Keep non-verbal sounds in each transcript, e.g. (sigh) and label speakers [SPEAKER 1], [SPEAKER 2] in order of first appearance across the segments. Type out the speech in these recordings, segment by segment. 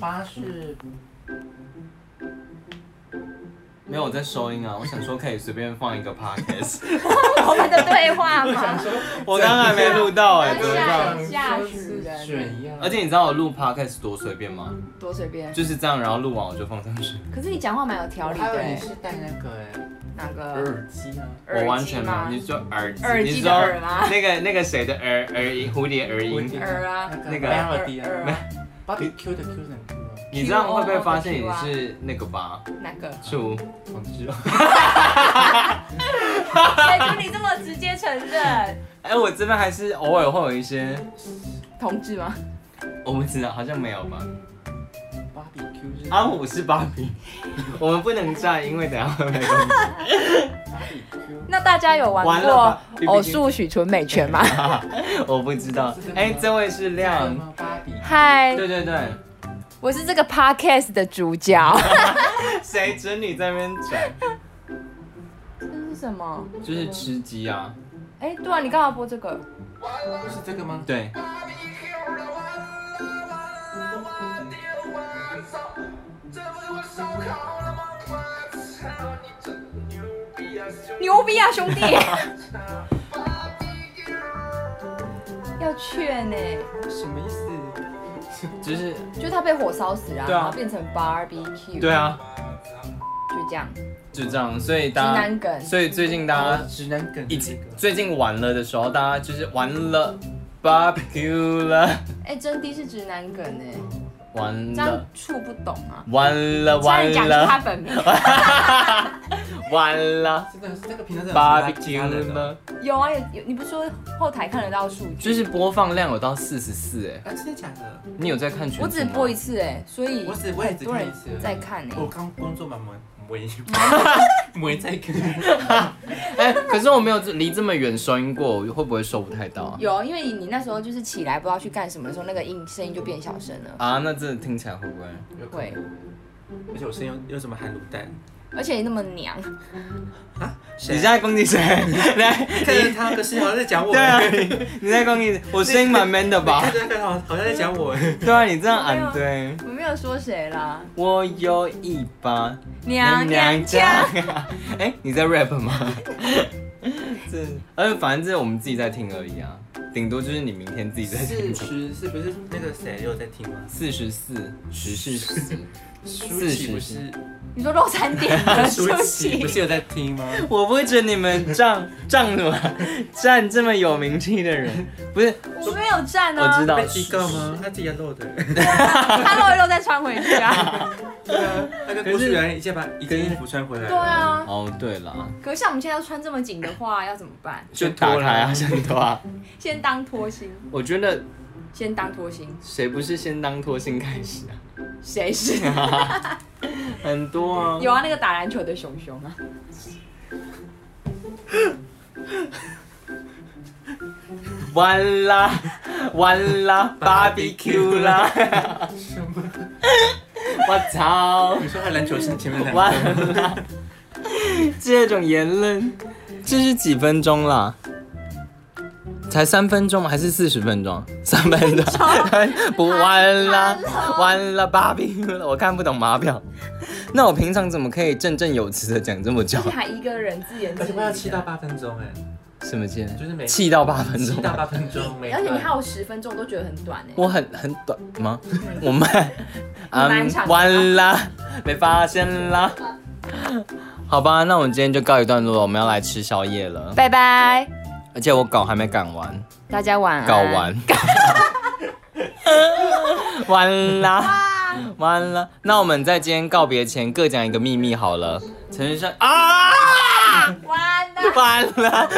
[SPEAKER 1] 巴士
[SPEAKER 2] 没有我在收音啊，我想说可以随便放一个
[SPEAKER 3] (laughs)
[SPEAKER 2] podcast，
[SPEAKER 3] 我们的对话嘛，
[SPEAKER 2] 我刚刚还没录到哎、
[SPEAKER 3] 对
[SPEAKER 2] 怎么办？
[SPEAKER 3] 下下属人
[SPEAKER 1] 选一样，
[SPEAKER 2] 而且你知道我录 podcast 多随便吗？
[SPEAKER 3] 多随便。
[SPEAKER 2] 就是这样，然后录完我就放上去。
[SPEAKER 3] 可是你讲话蛮有条
[SPEAKER 1] 我
[SPEAKER 3] 理
[SPEAKER 1] 还
[SPEAKER 3] 的
[SPEAKER 1] 有你
[SPEAKER 3] 欸，
[SPEAKER 1] 是戴那个哎
[SPEAKER 3] 哪个
[SPEAKER 1] 耳机啊，
[SPEAKER 3] 耳
[SPEAKER 2] 我完
[SPEAKER 3] 机
[SPEAKER 2] 全没有，
[SPEAKER 3] 吗
[SPEAKER 2] 你？说耳机，
[SPEAKER 3] 耳
[SPEAKER 2] 你
[SPEAKER 3] 机
[SPEAKER 2] 说
[SPEAKER 3] 的耳吗
[SPEAKER 2] 那个那个谁的耳耳音，蝴蝶耳
[SPEAKER 1] 我
[SPEAKER 2] 音
[SPEAKER 1] 听，
[SPEAKER 3] 耳啊
[SPEAKER 1] 那
[SPEAKER 2] 那
[SPEAKER 1] 个
[SPEAKER 2] 个
[SPEAKER 1] melody
[SPEAKER 3] 耳
[SPEAKER 1] 啊
[SPEAKER 3] 耳
[SPEAKER 1] ，Bobby Q 的 Q 的 Q 啊，
[SPEAKER 2] 你这样会不会发现你是那个吧？
[SPEAKER 3] 哪个？
[SPEAKER 2] (laughs) 树，
[SPEAKER 1] 黄志
[SPEAKER 3] 谁准哎你这么直接承认？
[SPEAKER 2] 哎、我这边还是偶尔会有一些，
[SPEAKER 3] 同志吗？
[SPEAKER 2] 我不知道，好像没有吧。
[SPEAKER 1] ，Bobby Q 是
[SPEAKER 2] 啊，我是芭比， (laughs) 我们不能炸，因为等
[SPEAKER 3] (laughs)
[SPEAKER 2] 下会被攻击
[SPEAKER 1] Bobby Q，
[SPEAKER 3] (laughs) 那大家有玩
[SPEAKER 2] 完了
[SPEAKER 3] 过
[SPEAKER 2] 吧毕竟
[SPEAKER 3] 偶数许纯美拳吗？
[SPEAKER 2] (laughs) 我不
[SPEAKER 3] (laughs)
[SPEAKER 2] 知道
[SPEAKER 1] 是这个。吗
[SPEAKER 2] 哎、这位是
[SPEAKER 1] 什
[SPEAKER 2] 亮，
[SPEAKER 1] 么 Bobby？
[SPEAKER 3] 嗨，
[SPEAKER 2] 对对对，
[SPEAKER 3] 我是这个 podcast 的主角。
[SPEAKER 2] 谁准你在那边讲？
[SPEAKER 3] 这是什么？
[SPEAKER 2] 就是吃鸡啊，
[SPEAKER 3] 哎，对啊，你干嘛播这个？
[SPEAKER 1] 是这个吗？
[SPEAKER 2] 对，
[SPEAKER 3] 牛逼啊，兄弟！ (laughs) 要劝呢、欸
[SPEAKER 1] 什么意思？
[SPEAKER 2] 就是
[SPEAKER 3] 就是他被火烧死啊，
[SPEAKER 2] 对啊
[SPEAKER 3] 然后变成 barbecue，
[SPEAKER 2] 对，啊，
[SPEAKER 3] 就这样，
[SPEAKER 2] 就这样。所以
[SPEAKER 3] 直
[SPEAKER 2] 大
[SPEAKER 3] 男
[SPEAKER 2] 家，
[SPEAKER 3] 梗。
[SPEAKER 2] 所以最近大家
[SPEAKER 1] 直男啊梗
[SPEAKER 2] 一
[SPEAKER 1] 的
[SPEAKER 2] 起
[SPEAKER 1] 那个，
[SPEAKER 2] 最近玩了的时候，大家就是玩了 barbecue 了，
[SPEAKER 3] 哎、真的是直男梗哎、
[SPEAKER 2] 完
[SPEAKER 3] 这样
[SPEAKER 2] 了，
[SPEAKER 3] 触不懂啊。
[SPEAKER 2] 完了，
[SPEAKER 3] 差点
[SPEAKER 2] 完
[SPEAKER 3] 讲出他
[SPEAKER 2] 了，
[SPEAKER 3] 本名，
[SPEAKER 2] 完了
[SPEAKER 1] 这个这个平常是
[SPEAKER 2] ，barbecue 了，
[SPEAKER 3] 有啊有有，你不是说后台看得到数据？
[SPEAKER 2] 就是播放量有到四十四，哎，
[SPEAKER 1] 啊，真的假的？
[SPEAKER 2] 你有在看群组
[SPEAKER 3] 我
[SPEAKER 2] 吗？
[SPEAKER 3] 只播一次哎、所以
[SPEAKER 1] 我只我也只
[SPEAKER 3] 很多
[SPEAKER 1] 看
[SPEAKER 3] 人
[SPEAKER 1] 一次而已哦
[SPEAKER 3] 在看哎、
[SPEAKER 1] 我刚工作蛮忙，没没在跟。
[SPEAKER 2] 哎、可是我没有这离这么远收音过，我会不会收不太到啊？
[SPEAKER 3] 有，因为你那时候就是起来不知道去干什么的时候，那个音声音就变小声了。
[SPEAKER 2] 啊，那真的听起来会不会？
[SPEAKER 1] 有
[SPEAKER 3] 会，
[SPEAKER 1] 而且我声音又又怎么含卤蛋？
[SPEAKER 3] 而且你那么娘，
[SPEAKER 1] 谁
[SPEAKER 2] 你在攻击谁？ (laughs) 来，
[SPEAKER 1] (laughs) 看着他，可是好像在讲我。(laughs)
[SPEAKER 2] 对啊， (laughs) 你你在攻击我声音蛮 man 的吧 (laughs)
[SPEAKER 1] 看？着他，好好像在讲我。
[SPEAKER 2] 对啊，你这样
[SPEAKER 3] 没有
[SPEAKER 2] 俺对。
[SPEAKER 3] 我没有说谁啦，
[SPEAKER 2] 我有一把
[SPEAKER 3] 娘娘腔。。
[SPEAKER 2] (laughs) 哎、你在 rap 吗？ (laughs) 这，而且反正这我们自己在听而已啊，顶多就是你明天自己在
[SPEAKER 1] 四
[SPEAKER 2] 听。
[SPEAKER 1] 十是不是那个谁有在听吗？
[SPEAKER 2] 四十四，十是十。
[SPEAKER 1] 舒淇不是
[SPEAKER 3] 你说肉餐点
[SPEAKER 1] (laughs)
[SPEAKER 3] 的舒
[SPEAKER 1] 舒淇
[SPEAKER 3] 淇
[SPEAKER 1] 不，是有在听吗？
[SPEAKER 2] 我不会觉得你们仗 (laughs) 仗什么占这么有名气的人，不是？
[SPEAKER 3] 我没有站啊，
[SPEAKER 2] 我知道
[SPEAKER 1] 被机构吗？他自己漏的。
[SPEAKER 3] 他露一露再穿回去
[SPEAKER 1] (laughs)
[SPEAKER 3] 啊。
[SPEAKER 1] 那个郭书然一件把一件衣服穿回来。
[SPEAKER 3] 对。啊，
[SPEAKER 2] 哦，对了，
[SPEAKER 3] 可是像我们现在要穿这么紧的话，要怎么办？
[SPEAKER 2] 就打开啊，先脱啊。
[SPEAKER 3] 先当拖星，
[SPEAKER 2] 我觉得
[SPEAKER 3] 先当拖星，
[SPEAKER 2] 谁不是先当脱星开始啊？
[SPEAKER 3] 谁
[SPEAKER 1] (laughs)
[SPEAKER 3] 是？
[SPEAKER 2] (laughs) 很多啊，
[SPEAKER 3] 有啊，那个打篮球的熊熊
[SPEAKER 1] (laughs)
[SPEAKER 3] 啊，
[SPEAKER 2] 完啦，完啦，barbecue 啦，
[SPEAKER 1] 什么？
[SPEAKER 2] 我
[SPEAKER 1] (laughs)
[SPEAKER 2] 操，
[SPEAKER 1] 你说他篮球是前面两个？
[SPEAKER 2] 完啦，这种言论，这是几分钟啦？才三分钟吗？还是四十分钟？三分钟，哦不完啦，完了，barbecue 了，我看不懂码表。那我平常怎么可以振振有词的讲这么久
[SPEAKER 1] 啊
[SPEAKER 3] 而？且还一个人自言
[SPEAKER 1] 而
[SPEAKER 3] 自语
[SPEAKER 1] 且快要
[SPEAKER 3] 啊。
[SPEAKER 1] 七到八分钟哎，
[SPEAKER 2] 什么间？
[SPEAKER 1] 就是每
[SPEAKER 2] 气到八分
[SPEAKER 1] 七
[SPEAKER 2] 钟
[SPEAKER 1] 到。八分钟，每
[SPEAKER 3] 而且你还有十分钟，我都觉得很短哎。
[SPEAKER 2] 我很很短吗？我慢，
[SPEAKER 3] 嗯
[SPEAKER 2] 嗯
[SPEAKER 3] 蛮长的
[SPEAKER 2] 完啦，被发现啦。好吧，那我们今天就告一段落了，我们要来吃宵夜了。
[SPEAKER 3] 拜拜，
[SPEAKER 2] 而且我稿还没赶完，
[SPEAKER 3] 大家晚安。
[SPEAKER 2] 稿
[SPEAKER 3] (laughs)
[SPEAKER 2] 完。完啦，完了。那我们在今天告别前各讲一个秘密好了。陈先生
[SPEAKER 3] (laughs)
[SPEAKER 2] 啊，
[SPEAKER 3] 完了。
[SPEAKER 2] 完了，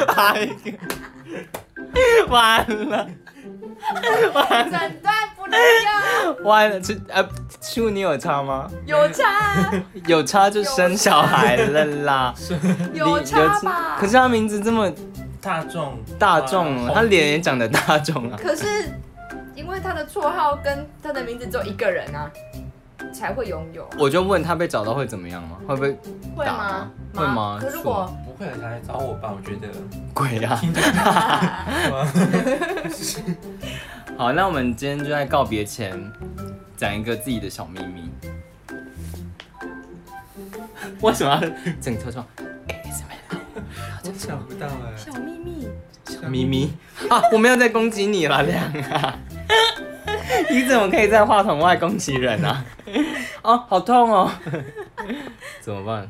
[SPEAKER 2] 完
[SPEAKER 3] (laughs)
[SPEAKER 2] 了，完
[SPEAKER 3] 整
[SPEAKER 2] 了。
[SPEAKER 3] 段不能用，
[SPEAKER 2] 完了，这呃，叔你有差吗？
[SPEAKER 3] 有差
[SPEAKER 2] (laughs) 有差就生小孩了啦。
[SPEAKER 3] 有差吧？ (laughs)
[SPEAKER 2] 可是他名字这么
[SPEAKER 1] 大众
[SPEAKER 2] 大众，啊他脸也长得大众啊。
[SPEAKER 3] 可是因为他的绰号跟他的名字只有一个人啊，才会拥有，
[SPEAKER 2] 我就问他被找到会怎么样吗？会不会
[SPEAKER 3] 会
[SPEAKER 2] 打
[SPEAKER 3] 吗？
[SPEAKER 2] 会吗
[SPEAKER 3] 可如果
[SPEAKER 1] 不会来找
[SPEAKER 2] 啊
[SPEAKER 1] 我吧？我觉得。
[SPEAKER 2] 鬼啊？ (laughs) 好，那我们今天就在告别前讲一个自己的小秘密。为什么要 (laughs) 整个头说 ASMR
[SPEAKER 1] 我想不到哎、
[SPEAKER 3] 小秘密，
[SPEAKER 2] 小咪咪 (laughs) 啊？我没有在攻击你啦，亮啊！ (laughs) 你怎么可以在话筒外攻击人啊？ (laughs) 哦，好痛哦！ (laughs) 怎么办？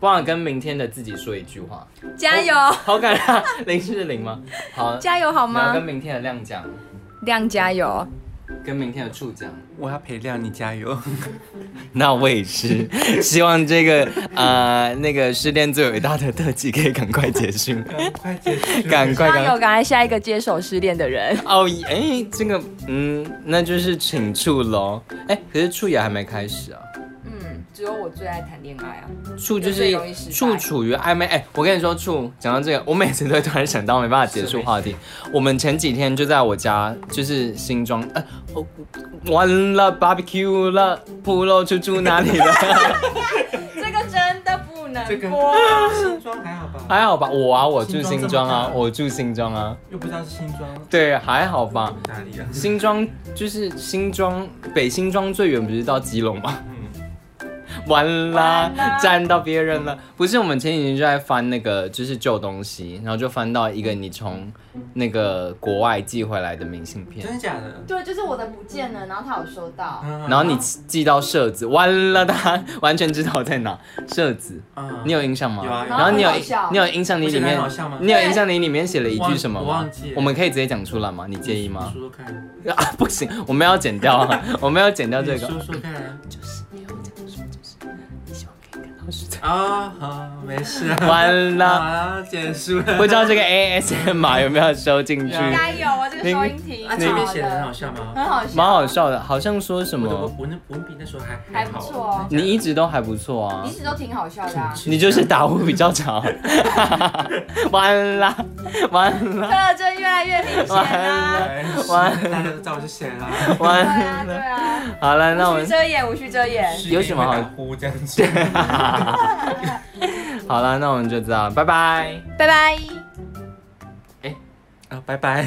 [SPEAKER 2] 忘了跟明天的自己说一句话。
[SPEAKER 3] 加油，
[SPEAKER 2] 好感人啊！林是零吗？好，
[SPEAKER 3] 加油好
[SPEAKER 2] 你要
[SPEAKER 3] 吗
[SPEAKER 2] 跟？明天的亮讲，
[SPEAKER 3] 亮加油，
[SPEAKER 2] 跟明天的处讲。
[SPEAKER 1] 我要陪亮你加油。
[SPEAKER 2] 那我也是，希望这个呃那个失恋最伟大的特辑可以赶快结束，
[SPEAKER 1] 赶快结束，
[SPEAKER 2] 赶快
[SPEAKER 3] 加
[SPEAKER 2] 赶
[SPEAKER 3] 油，
[SPEAKER 2] 快。
[SPEAKER 3] 赶快下一个接手失恋的人。
[SPEAKER 2] 哦，哎、这个嗯，那就是请处喽。哎、可是处也还没开始啊，
[SPEAKER 3] 嗯，只有我最爱谈恋爱啊。
[SPEAKER 2] 处就
[SPEAKER 3] 最
[SPEAKER 2] 是
[SPEAKER 3] 容易失败
[SPEAKER 2] 处处于暧昧。哎、我跟你说，处讲到这个，我每次都会突然想到没办法结束话题。我们前几天就在我家，就是新庄，呃，我完了 barbecue 了，polo 出住哪里了？
[SPEAKER 3] 这个真的不能
[SPEAKER 1] 这个啊
[SPEAKER 3] 播。
[SPEAKER 1] 新装还好吧？
[SPEAKER 2] 还好吧，我啊，我住
[SPEAKER 1] 新
[SPEAKER 2] 新
[SPEAKER 1] 庄这么
[SPEAKER 2] 庄啊，
[SPEAKER 1] 大
[SPEAKER 2] 我住新庄啊，
[SPEAKER 1] 又不知道是新装
[SPEAKER 2] 对，还好吧。
[SPEAKER 1] 哪里啊？
[SPEAKER 2] 新庄就是新庄，北新庄最远不是到基隆吗？
[SPEAKER 1] 嗯，
[SPEAKER 2] 完啦
[SPEAKER 3] 完，啦
[SPEAKER 2] 占到别人了。不是，我们前几天就在翻那个就是旧东西，然后就翻到一个你从那个国外寄回来的明信片
[SPEAKER 1] 真，的假的？
[SPEAKER 3] 对，就是我的不见了，然后他有收到。
[SPEAKER 1] 嗯
[SPEAKER 2] 然后你寄到社子，完了，他 (laughs) 完全知道我在哪。社子，
[SPEAKER 1] 嗯
[SPEAKER 2] 你有印象吗？
[SPEAKER 1] 有啊有
[SPEAKER 2] 然后你有
[SPEAKER 3] 然后很好笑
[SPEAKER 2] 你有印象你里
[SPEAKER 1] 我写得
[SPEAKER 2] 面
[SPEAKER 1] 很好笑吗
[SPEAKER 2] 你有印象你里面写了一句
[SPEAKER 1] 忘
[SPEAKER 2] 什么吗？
[SPEAKER 1] 我忘记了
[SPEAKER 2] 我们可以直接讲出来吗？你介意吗？ (laughs)
[SPEAKER 1] 说说看，
[SPEAKER 2] 啊，不行，我们要剪掉啊，我们要剪掉这
[SPEAKER 1] 你
[SPEAKER 2] 个。
[SPEAKER 1] 说说看啊
[SPEAKER 2] 就是你有讲说，就是你希望可以看到是这
[SPEAKER 1] 啊，好，没事啊，
[SPEAKER 2] 样。 (laughs) 完了，
[SPEAKER 1] 好，结束了。
[SPEAKER 2] 不知道这个 ASMR 有没有收进去？
[SPEAKER 1] 嗯
[SPEAKER 3] 加油啊！这个收音亭，
[SPEAKER 1] 啊，前面写的很好笑吗？
[SPEAKER 3] 很好笑，
[SPEAKER 2] 蛮好。笑的，好像说什
[SPEAKER 1] 我的
[SPEAKER 2] 么
[SPEAKER 1] 文文文笔那时候还
[SPEAKER 3] 还
[SPEAKER 1] 好
[SPEAKER 3] 不错哦
[SPEAKER 2] 你一直都还不错啊
[SPEAKER 3] 你一，直都挺好笑的啊。
[SPEAKER 2] 你就是打呼比较长。 (laughs) 完了，完了，
[SPEAKER 3] 特征越来越明显
[SPEAKER 2] (laughs)
[SPEAKER 3] 啦。
[SPEAKER 2] 完
[SPEAKER 1] 大家都知哎道我是谁了。
[SPEAKER 3] 对
[SPEAKER 2] 完
[SPEAKER 3] 啊，对啊，
[SPEAKER 2] 好了，哎那我
[SPEAKER 3] 无需
[SPEAKER 2] 们
[SPEAKER 3] 遮掩，无需遮掩。
[SPEAKER 2] 有什么好
[SPEAKER 1] 是因为打呼这样
[SPEAKER 2] (laughs)
[SPEAKER 1] 子？
[SPEAKER 2] 好了，那我们就这样，拜拜。
[SPEAKER 3] 拜拜。
[SPEAKER 1] 啊，拜拜。